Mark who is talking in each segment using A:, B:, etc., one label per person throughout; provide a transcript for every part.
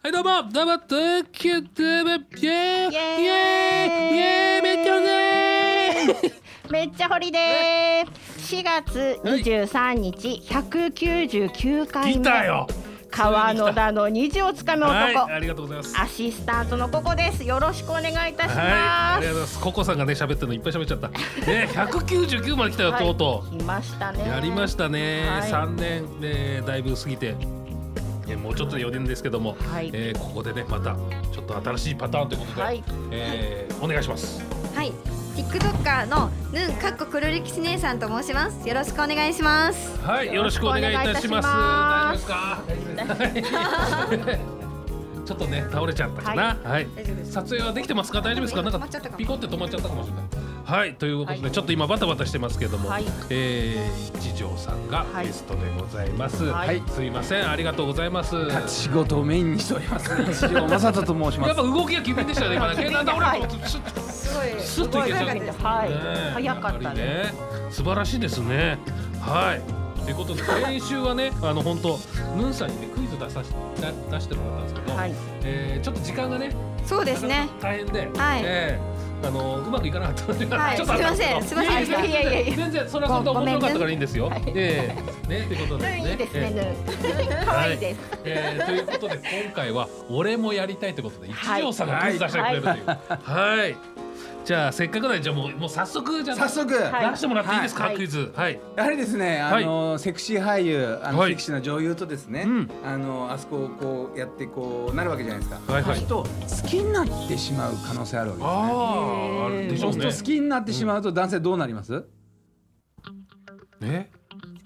A: はいどうもどうもドキュドゥブイエーイイ
B: イエーイ
A: エーイイエーイめっちゃうぜ
B: めっちゃホリデー4月23日199
A: ー
B: 回
A: ギ
B: 目
A: ターよ
B: 川野田の虹をつかむ男、
A: はいありがとうございます
B: アシスタントのここですよろしくお願いいたし
A: はい、あ
B: ま
A: りがとうござ
B: す、
A: います。ココさんがね、喋ってるのいっぱい喋っちゃった。ね、百九十九まで来たよ、
B: はい
A: とうと
B: 来ました
A: う。
B: ね
A: やりましたね
B: は。い
A: 三、年、ね、だいぶ過ぎて。えもうちょっとで4年ですけども、
B: はい
A: えーここでねまたちょっと新しいパターンということで、
B: はい
A: えーお願いします。
C: はい、TikToker のヌンかっこ黒歴史姉さんと申します。よろしくお願いします。
A: はい、よろしくお願いいたします。大丈夫ですか？はい ちょっとね倒れちゃったかな。はい。
C: 大丈夫です。
A: 撮影はできてますか？大丈夫ですか？なん
C: 止まっちゃった
A: か
C: かも
A: ピコって止まっちゃったかもしれない。はい、ということで、
B: はい
A: ちょっと今バタバタしてますけども、
B: はい
A: えー一条さんが
B: はい
A: ゲストでございます。
B: はい
A: はい、すいません、ありがとうございます。やっ
D: 立ち仕事をメインにしております 一条正人と申しま
A: ぱ
D: す
A: 動きが 機敏でしたね、今だけ、なんだ俺、スッと
C: すごい。
A: スッ
B: す
A: と
B: ご
A: い
B: い
A: けちゃった。ね
B: 早かったですはい、
A: え
B: 早かったね
A: やぱりね素晴らしいですね。はい。ということで、先週はね、あの本当、ヌンさんにね、クイズ出さし、出出してもらったんですけど、
B: はい
A: えーちょっと時間がね、
C: そうですね。
A: 大変で、
C: はい
A: ええあのうまくいかなかったので、
C: はい
A: ちょっとあったけど
C: すいませんすいません
A: いやいやいや
B: いやいやいや
A: 全然それはそれで面白かったからいいんですよ。
B: ごめん
A: ええねということで
B: うんいいですね、
A: え
B: うん可愛いです、
A: えええということで今回は俺もやりたいということで一条さんがクイズ出してくれるという。はい。じゃあせっかくなんでじゃあもうもう早速じゃあ
D: 早速、
B: はい
A: 出してもらっていいですか、
B: はい
A: クイズ。はい。
D: やはりですねあの、セクシー俳優あの、
A: はい
D: セクシーな女優とですね、
A: うん
D: あのあそこをこうやってこうなるわけじゃないですか、
A: はいはい
D: そうすると好きになってしまう可能性あるわけですね
A: あああるでしょ
D: そう
A: う
D: す
A: ね
D: ると。好きになってしまうと男性どうなります、
A: ね。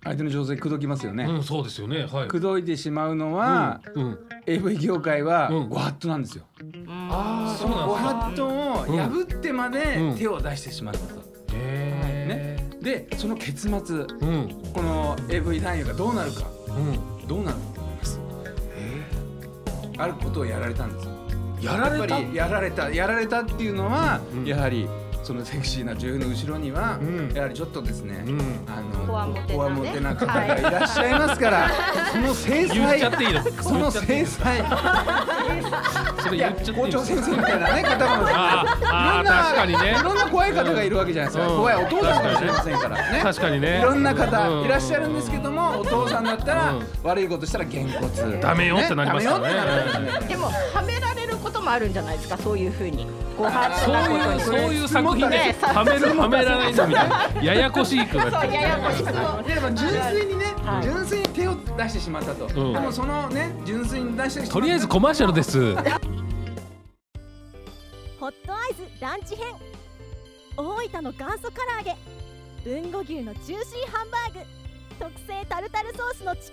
D: 相手の女性口説きますよね、
A: うんそうですよね。はい。
D: 口説いてしまうのは、
A: うんうん。
D: AV 業界は
A: うん
D: ご法度なんですよ、
A: ああそうなん
D: ご
A: ですか。
D: 法度を破ってま
A: うん
D: で手を出してしまうこと、
A: へえ。
D: でその結末
A: うん
D: この AV 男優がどうなるか
A: うん。
D: どうなると思いますあることをやられたんですよ
A: やられた
D: やっぱりやられたやられたっていうのは、
A: うん
D: やはりそのセクシーな女優の後ろには、
A: うん
D: やはりちょっとですね、
A: うん。
D: あの
B: こわもてなね
D: こわもてな方がいらっしゃいますから、その制
A: 言っちゃっ
D: 裁
A: ていいの。
D: その制裁
A: それ 言
D: いや
A: っちゃっていい
D: 校長
A: の。
D: 先生みたいなね方かもしれない
A: あああ
D: いろん
A: あ
D: な
A: 確かにね
D: いろんな怖い方がいるわけじゃないです
A: う
D: か、
A: ん
D: 怖いお父さんかもしれませんからね
A: 確かにね
D: いろんな
A: う
D: 方
A: ん
D: いらっしゃるんですけども、お父さんだったら、
A: うん
D: 悪いことしたらげんこつ
A: ダメよってなりますからね
D: ダメよってなりますね
B: でもはめられることもあるんじゃないですかそういう風にご法
D: あー
B: 度
A: そう
B: なこと
A: いう
B: に
A: そういう作品で
B: ね
A: はめるはめらないのみたいなややこしいくなっ
B: そ
A: て
B: う
A: る
B: ややこしくなる
D: でも純粋にね、
B: はい
D: 純粋に手を出してしまったと、
A: ん
D: でもそのね純粋に出してしまった
A: とりあえずコマーシャルです
E: ホットアイズランチ編大分の元祖唐揚げ豊後牛のジューシーハンバーグ特製タルタルソースのチキン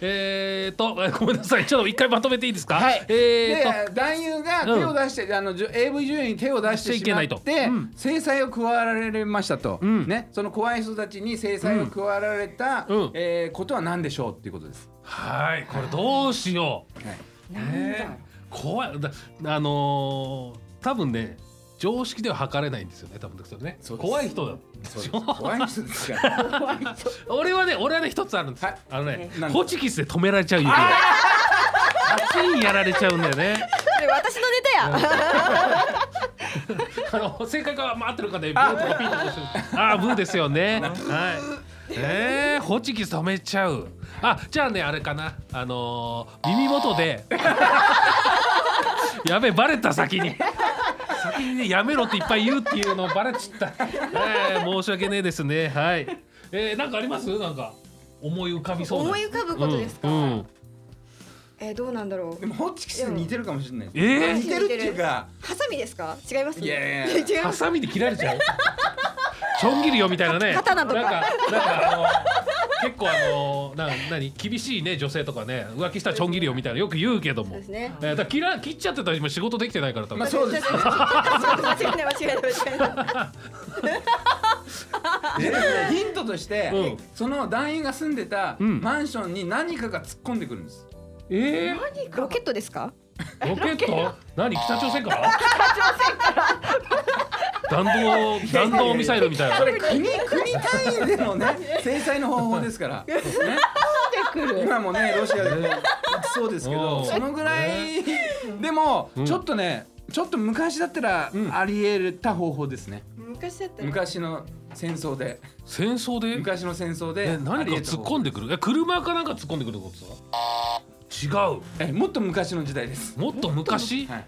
A: えーとえーごめんなさいちょっと一回まとめていいですか、
D: はい
A: えーと
D: で男優が手を出して、あのじゅ AV 女優に手を出し
A: しち
D: て
A: ゃいけ
D: しま
A: な
D: っ
A: いと
D: て、
A: うん
D: 制裁を加えられましたと、
A: うん
D: ね、その怖い人たちに制裁を加えられた、
A: うん
D: えーことは何でしょうっていうことです。
A: はいこれどうしよう
D: はい
A: ね怖いだあのー、多分ね常識では測れないんですよね多分それね
D: そうです
A: 怖い人だ
D: そ うです怖い人ですから。
A: 俺はね俺はね一つあるんですよ、
D: はい
A: あのね
D: 何
A: ホチキスで止められちゃう指が熱いやられちゃうんだよね
C: 私のネタや。
A: あの正解が回ってる方でブーとかピーとかしてるああブーですよねはいえー、ホチキス止めちゃうあじゃあねあれかなあのー、耳元でやべえバレた先に先にねやめろっていっぱい言うっていうのバレちった、えー、申し訳ねえですねはいえー、なんかありますなんか思い浮かびそうな
C: 思い浮かぶことですか
A: うんうん
C: えー、どうなんだろ
D: で
C: う。
D: もホチキスに似てるかもしれない。
A: えー
D: 似てるっていうか、
C: ハサミですか？違います。
D: いやいや
C: 違い
A: ハ
C: ます。
A: サミで切られちゃう。ちょん切るよみたいなね。
C: 刀とか
A: なんか、なんかあの。結構あの、な、なに、厳しいね、女性とかね、浮気したらちょん切るよみたいな、よく言うけど
C: そう
A: も
C: で。すね。
A: えー、だから切ら 切っちゃってたら今仕事できてないから多分、
D: まあそうです
C: そうそうそう間違いない間違いない間違いない。
D: ヒントとして、
A: うん
D: その団員が住んでた
A: うん
D: マンションに何かが突っ込んでくるんです。
A: え
C: ロケットですか
A: ー、ロケット何北朝鮮から北朝鮮から弾道弾道ミサイルみたいな
D: これ国国単位でのね制裁の方法で すから。ね、今もねロシアでね行きそうですけ
A: う
D: ど
A: ん
D: そのぐらいでも、
A: うん
D: ちょっとねちょっと昔だったら
A: うん
D: あり得た方法ですね。
F: 昔だったら
D: 昔の戦争で
A: 戦争で
D: 昔の戦争で
A: え何か突っ込んでくるえ車かなんか突っ込んでくるってことだ違う
D: えもっと昔の時代です。
A: もっと昔
D: はい。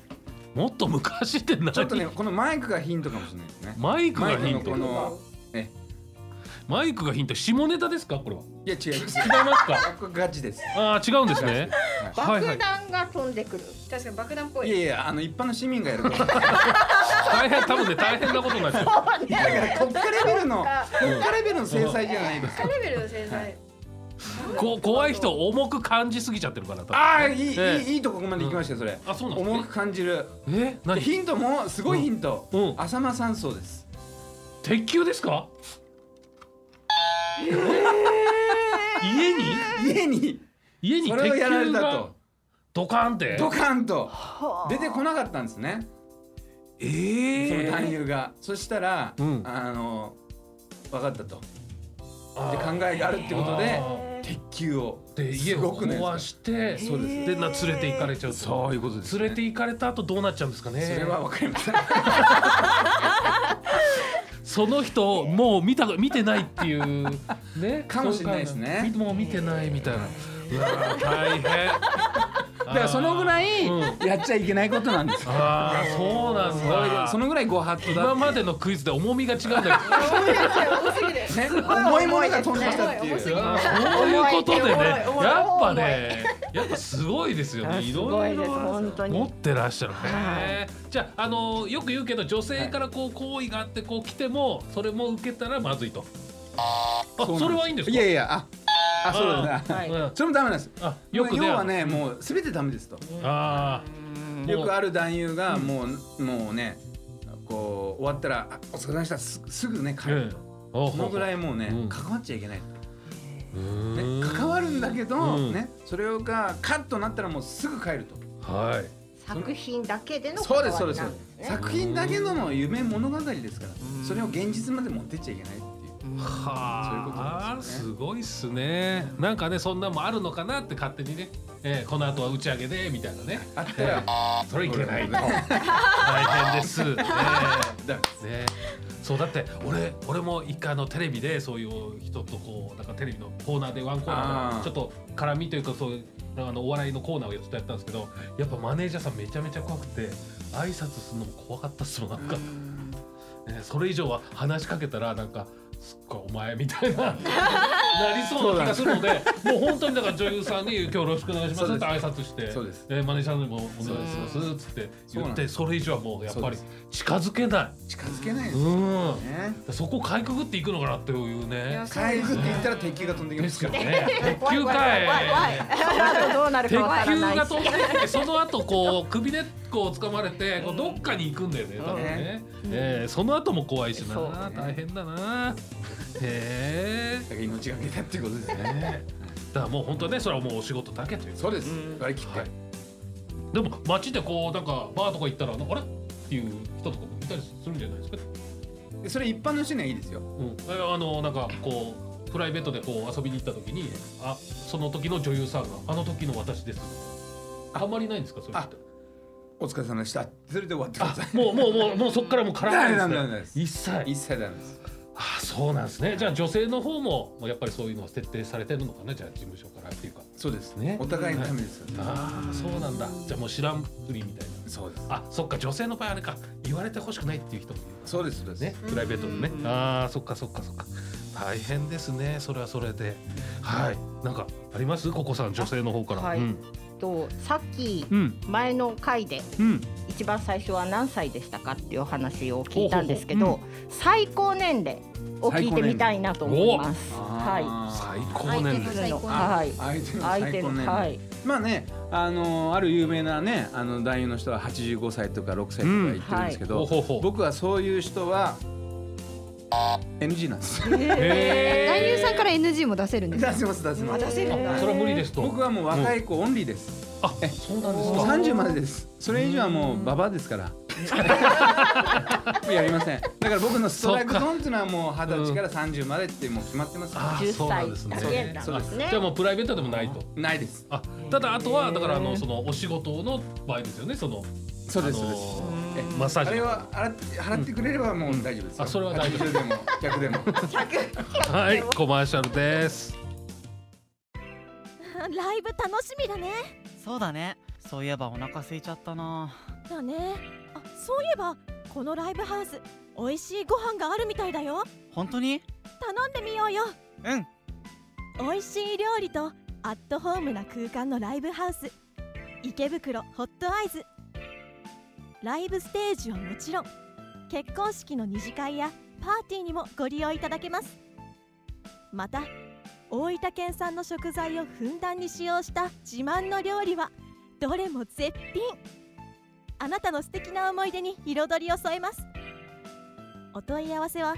A: もっと昔って何
D: ちょっとねこのマイクがヒントかもしれないですね。
A: マイク
D: マイ
A: が
D: ク
A: ヒ
D: の
A: ント
D: このえ
A: マイクがヒント下ネタですかこれはい
D: や違います。
A: 違いますか
D: これガチです。
A: ああ違うんですねはいは
B: 爆
A: い
B: 弾が飛んでくる。
F: 確かに爆弾っぽ
D: い
F: い
D: やいやあの一般の市民がやるから。
A: 大変多分ね大変なことになっちゃ
D: だから国家レベルの国家レベルの制裁じゃないですか。
F: レベルの制裁
A: うこ怖い人重く感じすぎちゃってるから多分
D: ああいいい
A: ええ
D: いいいとここまで行きましたよそれ。
A: あそうなんですね
D: 重く感じる。
A: え何
D: ヒントもすごいヒント
A: うんうん。
D: 浅間山荘です。
A: 鉄球ですか、家に
D: 家に
A: 家に
D: それを
A: 鉄
D: やられ
A: 球
D: た
A: が
D: と
A: ドカンって
D: ドカンと出てこなかったんですね。
A: え
D: その
A: ー
D: 男優が。そしたら
A: うん
D: あの分かったと。
A: あ
D: で
A: ー
D: 考えがあるってことで
A: あ
D: 鉄球を
A: で家
D: すご
A: を
D: くないですか
A: 壊して
D: そうです
A: でな連れて行かれちゃうと
D: そういうことですね
A: 連れて行かれた後どうなっちゃうんですかね
D: それは分かりません。
A: その人をもう見た見てないっていうね
D: かもしれないですね
A: そうかもう見てないみたいなうわー大変
D: だからそのぐらい
A: うん
D: やっちゃいけないことなんですよ。
A: あーそうなんだ
D: そのぐらいご法度だ
A: 今
D: っ
A: までのクイズで重みが違うんだけど
F: 多すぎる
D: て、ね、重いものが飛んできたって
F: 重い
D: い
F: 重すぎ
D: う
F: る
A: あーそういうことでね
F: 重い重い重い
A: やっぱねやっぱすごいですよねい
B: す
A: ろ
B: ごい
A: いろ
B: です本当
A: 持っ
B: に。
A: てらっしゃるねじゃあ、あのーよく言うけど女性からこう好意があってこう来てもそれも受けたらまずいとあそれはいいんですか
D: いやいやああそうだな、
F: はい
A: うん
D: それもダメなんです
A: あよく
D: 要
A: ね
D: はねもう全てダメですと
A: あー
D: よくある男優がもう、もうねこう終わったら「あお疲れ様でした」すすぐね帰ると、
A: も
D: そのぐらいもうね、
A: うん
D: 関わっちゃいけない、ね、関わるんだけど、
A: うん
D: ねそれがカッとなったらもうすぐ帰ると、
A: はい
B: 作品だけでの
D: そうで
B: 関
D: すそう
B: わり
D: です
B: なんですね。
D: 作品だけのの夢物語ですから、それを現実まで持ってっちゃいけないっていう。
A: はあ
D: そう
A: すごいっすねなんかねそんなもあるのかなって勝手にね、えーこの後は打ち上げでみたいなね
D: あったら
A: それいけない
D: 俺もね
A: 大変 です、えー
D: ダメです
A: ねそうだって俺俺も一回あのテレビでそういう人とこうなんかテレビのコーナーでワンコーナー
D: あー
A: でちょっと絡みというかそういうあのお笑いのコーナーをやっとやったんですけどやっぱマネージャーさんめちゃめちゃ怖くて挨拶するのも怖かったっすもんなんか、ね、それ以上は話しかけたらなんかすっごいお前み たいななりそうな気がするのでもう本当にだから女優さんに今日よろしくお願いしますって挨拶して
D: そうです
A: えーマネージャーにもお願いしますっつって言
D: そうな
A: っ
D: んで
A: てそれ以上はもうやっぱ
D: そう
A: り
D: です
A: 近づけない。
D: 近づけないです
A: う
D: よ
A: ん
D: ね。
A: そこをかいくぐっていくのかなっていうね。
D: かいぐって言ったら鉄球が飛んでき
A: で
D: ますす
A: よ
D: よ。
A: ね。鉄球かい。
B: あとどうなる
A: 鉄
B: かわから
A: 球
B: ない
A: が
B: し。
A: 飛んできて、その後こう首根っこを掴まれて、こうどっかに行くんだよね。多分ね。ええ、その後も怖いし
B: そう
A: な、大変だな。へえ。
D: だから命がけだっていうことです ね。
A: だからもう本当ね、それはもうお仕事だけという。
D: そうです。割り切っ
A: はい
D: て。。
A: でも街でこうなんかバーとか行ったら、あれっていう人とかもいたりするんじゃないですか。
D: でそれ一般の人にはいいですよ。
A: うん、えあのなんかこうプライベートでこう遊びに行った時にあその時の女優さんがあの時の私ですあんまりないんですかそういう人
D: お疲れ様でした。それで終わってください。
A: もうもうもうもうそこからもう絡ま
D: ダメ
A: な
D: ダ
A: い
D: メダメ
A: ん
D: で
A: ですすね一切
D: 一切ダメです。
A: あそうなんですねじゃあ女性の方ももうやっぱりそういうのは設定されてるのかなじゃあ事務所からっていうか
D: そうです
A: ね
D: お互いのためですよね。
A: ああそうなんだじゃあもう知らんぷりみたいな
D: そうです。
A: あそっか女性の場合あれか言われてほしくないっていう人もいる
D: そうですそうです。
A: ね、プライベートのね。ああ、そっかそっかそっか。大変ですね。それはそれで。はい。なんかあります？ココさん、女性の方から。
B: はい
A: うん。
B: とさっき
A: うん。
B: 前の回で
A: うん。
B: 一番最初は何歳でしたかっていうお話を聞いたんですけど、最高年齢を聞いてみたいなと思います。は
A: 最
D: あ
A: 高年齢。
B: い。
D: ー。
B: はい。
D: 相手の
B: 相
D: 最
B: 手
D: 高
B: の
D: 年
B: は
D: 齢。
B: い。
D: まあね、あのある有名なね、あの男優の人は85歳とか6歳とか言ってるんです
A: ほ
D: け
A: う
D: ど、
A: ほうほう。
D: 僕はそういう人は NG なんです。
A: へ
C: 男優
A: ー
C: さんから NG も出せるん
D: 出
C: ですか
D: せます出せま
F: あ出
D: す。
F: せるんだ
A: それは無理ですと
D: 僕はもう若い子オンリーです。
A: あそうなんです
D: もう
A: か
D: 三十までです。それ以上はもうババアです から。やりません。だから僕のストライクゾーンっていうのはもう二十歳から三十までってもう決まってますから。
A: あ
B: 10
A: そうなんですね
B: 歳だけなん
D: そう
B: で
D: です
B: ね
A: じゃあもうプライベートでもないと
D: ないです。
A: あただあとはだからあのそのお仕事の場合ですよねその
D: そうで
A: あ
D: すそ
A: の
D: うです。
A: ー
D: え
A: マッサージ
D: あれは払って払ってくれればもう大丈夫ですよ。
A: あそれは大丈 夫
D: 80でも 客でも。
A: はいコマーシャルです
E: あ ライブ楽しみだね
G: そうだねそういえばお腹空いちゃったな
E: だねあそういえばこのライブハウス美味しいご飯があるみたいだよ
G: 本当に
E: 頼んでみようよ
G: うん
E: 美味しい料理とアットホームな空間のライブハウス池袋ホットアイズライブステージはもちろん結婚式の二次会やパーティーにもご利用いただけますまた大分県産の食材をふんだんに使用した自慢の料理はどれも絶品あなたの素敵な思い出に彩りを添えますお問い合わせは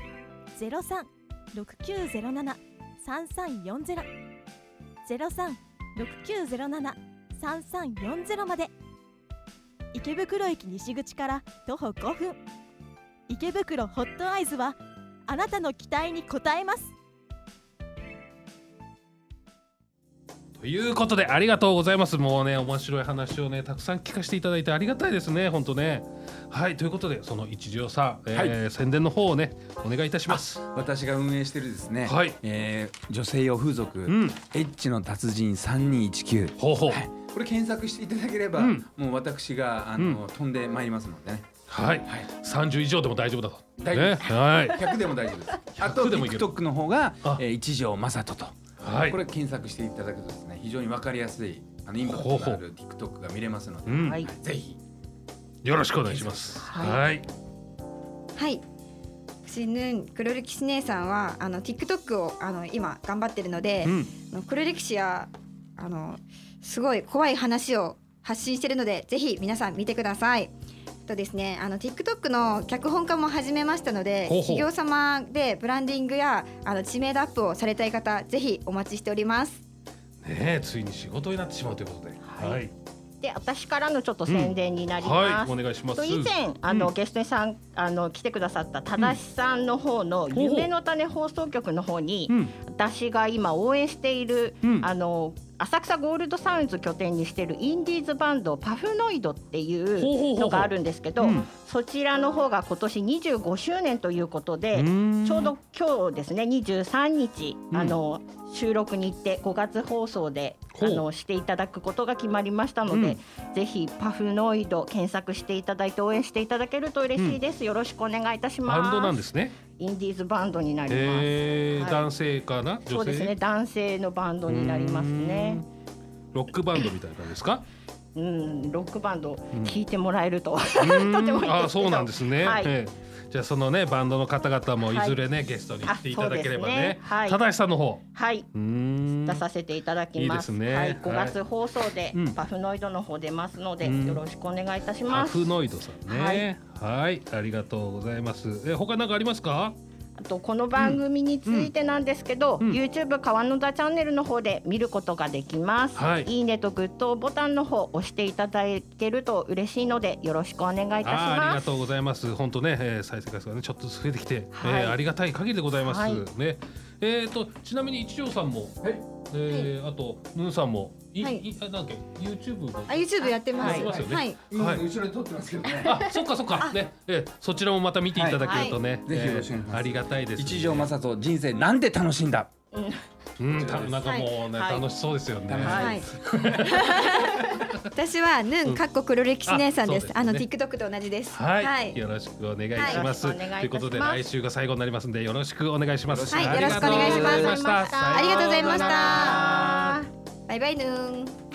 E: 036907 3340 03-6907-3340まで池袋駅西口から徒歩5分池袋ホットアイズはあなたの期待に応えます
A: ということでありがとうございますもうね面白い話をねたくさん聞かせていただいてありがたいですね本当ねはいということでその一条さん、えー宣伝の方をねお願いいたします
D: 私が運営してるですね、
A: はい
D: えー女性用風俗、
A: うん
D: エッチの達人3219
A: ほうほう
D: はいこれ検索していただければ、
A: うん
D: もう私があの、飛んでまいりますのでね
A: はい、
D: い
A: 三十以上でも大丈夫だと
D: 大丈夫
A: ね
D: です
A: はい
D: 100でも大丈夫です あと
A: でもいける
D: TikTok の方が
A: あ、
D: えー、一条正人と、
A: はい
D: これ検索していただくとですね非常にわかりやすいあのインパクトのある TikTok が見れますので、
A: うん
B: はい
D: ぜひ
A: よろしくお願いします
B: はい
A: はい
C: はい私ヌン黒歴史姉さんはあの TikTok をあの今頑張ってるので、
A: うん
C: あの黒歴史やあのすごい怖い話を発信してるのでぜひ皆さん見てください。あとですねあの TikTok の脚本家も始めましたの
A: ほ
C: で
A: うほう
C: 企業様でブランディングやあの知名度アップをされたい方ぜひお待ちしております。
A: ねえついに仕事になってしまうということではい
B: で私からのちょっと宣伝になりま
A: はい
B: す
A: お。願いします
B: と以前あの、
A: うん
B: ゲストさんあの来てくださった正さんの方の
A: んほうほう
B: 夢の種放送局の方に、
A: うん
B: 私が今応援している、
A: うん
B: あの浅草ゴールドサウンズ拠点にしているインディーズバンドパフノイドってい
A: ほうほうほうほ
B: う
A: う
B: のがあるんですけど、
A: うん
B: そちらの方が今年25周年ということで、
A: ん
B: ちょうど今日ですね23日、
A: うん
B: あの収録に行って5月放送であ
A: ほう
B: のしていただくことが決まりましたので、ぜひパフノイド検索していただいて応援していただけると嬉しいです、よろしくお願いいたします
A: バンドなんですね
B: インディーズバンドになります、
A: えー
B: はい
A: 男性かな
B: そ
A: 女
B: うですね
A: 性
B: 男性のバンドになりますね
A: ロックバンドみたいな感じですか
B: うんロックバンド
A: ん
B: 聞いてもらえると、
A: うーん
B: とてもいいですけど
A: あそうなんですね、
B: はい
A: ええじゃあそのねバンドの方々もいずれね、ゲストに来ていただければ
B: あそう
A: ね
B: ですねはい
A: 正さんの方
B: はい、
A: うーん
B: 出させていただきます
A: いいですね
B: は
A: はい
B: い、5月放送で
A: うん
B: パフノイドの方出ますので、
A: うん
B: よろしくお願いいたし
A: ア
B: ます
A: フノイドさんねはいありがとうございますえ他なんかありますか
B: あとこの番組についてなんですけど、
A: うんうん
B: YouTube 川野田チャンネルの方で見ることができます、
A: はい
B: い、いねとグッドボタンの方押していただけると嬉しいのでよろしくお願いいたし
A: あーあり
B: ま
A: が
B: す
A: とうございます本当ね、えー再生回数がねちょっとずつ増えてきて、
B: はい
A: えーありがたい限りでございます、
B: はい
A: ねえー、とちなみに一条さんも、
D: はい
A: えーあとムーさんもい、
C: はい
A: いあなんだっけ YouTube の
C: あ YouTube やってま
A: やっ
C: す。
A: てますよね
C: はい。
A: はい
D: うん後ろに撮ってますけどね
A: あ、そっかそっか、ね、えーそちらもまた見ていただけるとね、
D: いぜひよろしくお願いします
A: ありがたいです、
D: 一条正人人生なんて楽しいんだ
A: うん、たなんかもうね、
B: はい
A: 楽しそうですよね。
D: はい
C: はい。 私はヌンかっこ黒歴史姉さんです。
A: うんあ
C: あ
A: そう
C: の
A: ですね
C: TikTok と同じです。
A: はい、よろしくお願いします。
B: はいよろしくお願いいたします
A: ということで来週が最後になりますんでよろしくお願いします。
C: はい
A: ありがとうござ
C: よろしくお願いします
A: ました
B: あ
C: ありがとうございま
B: さようなら
C: した。バイバイヌン。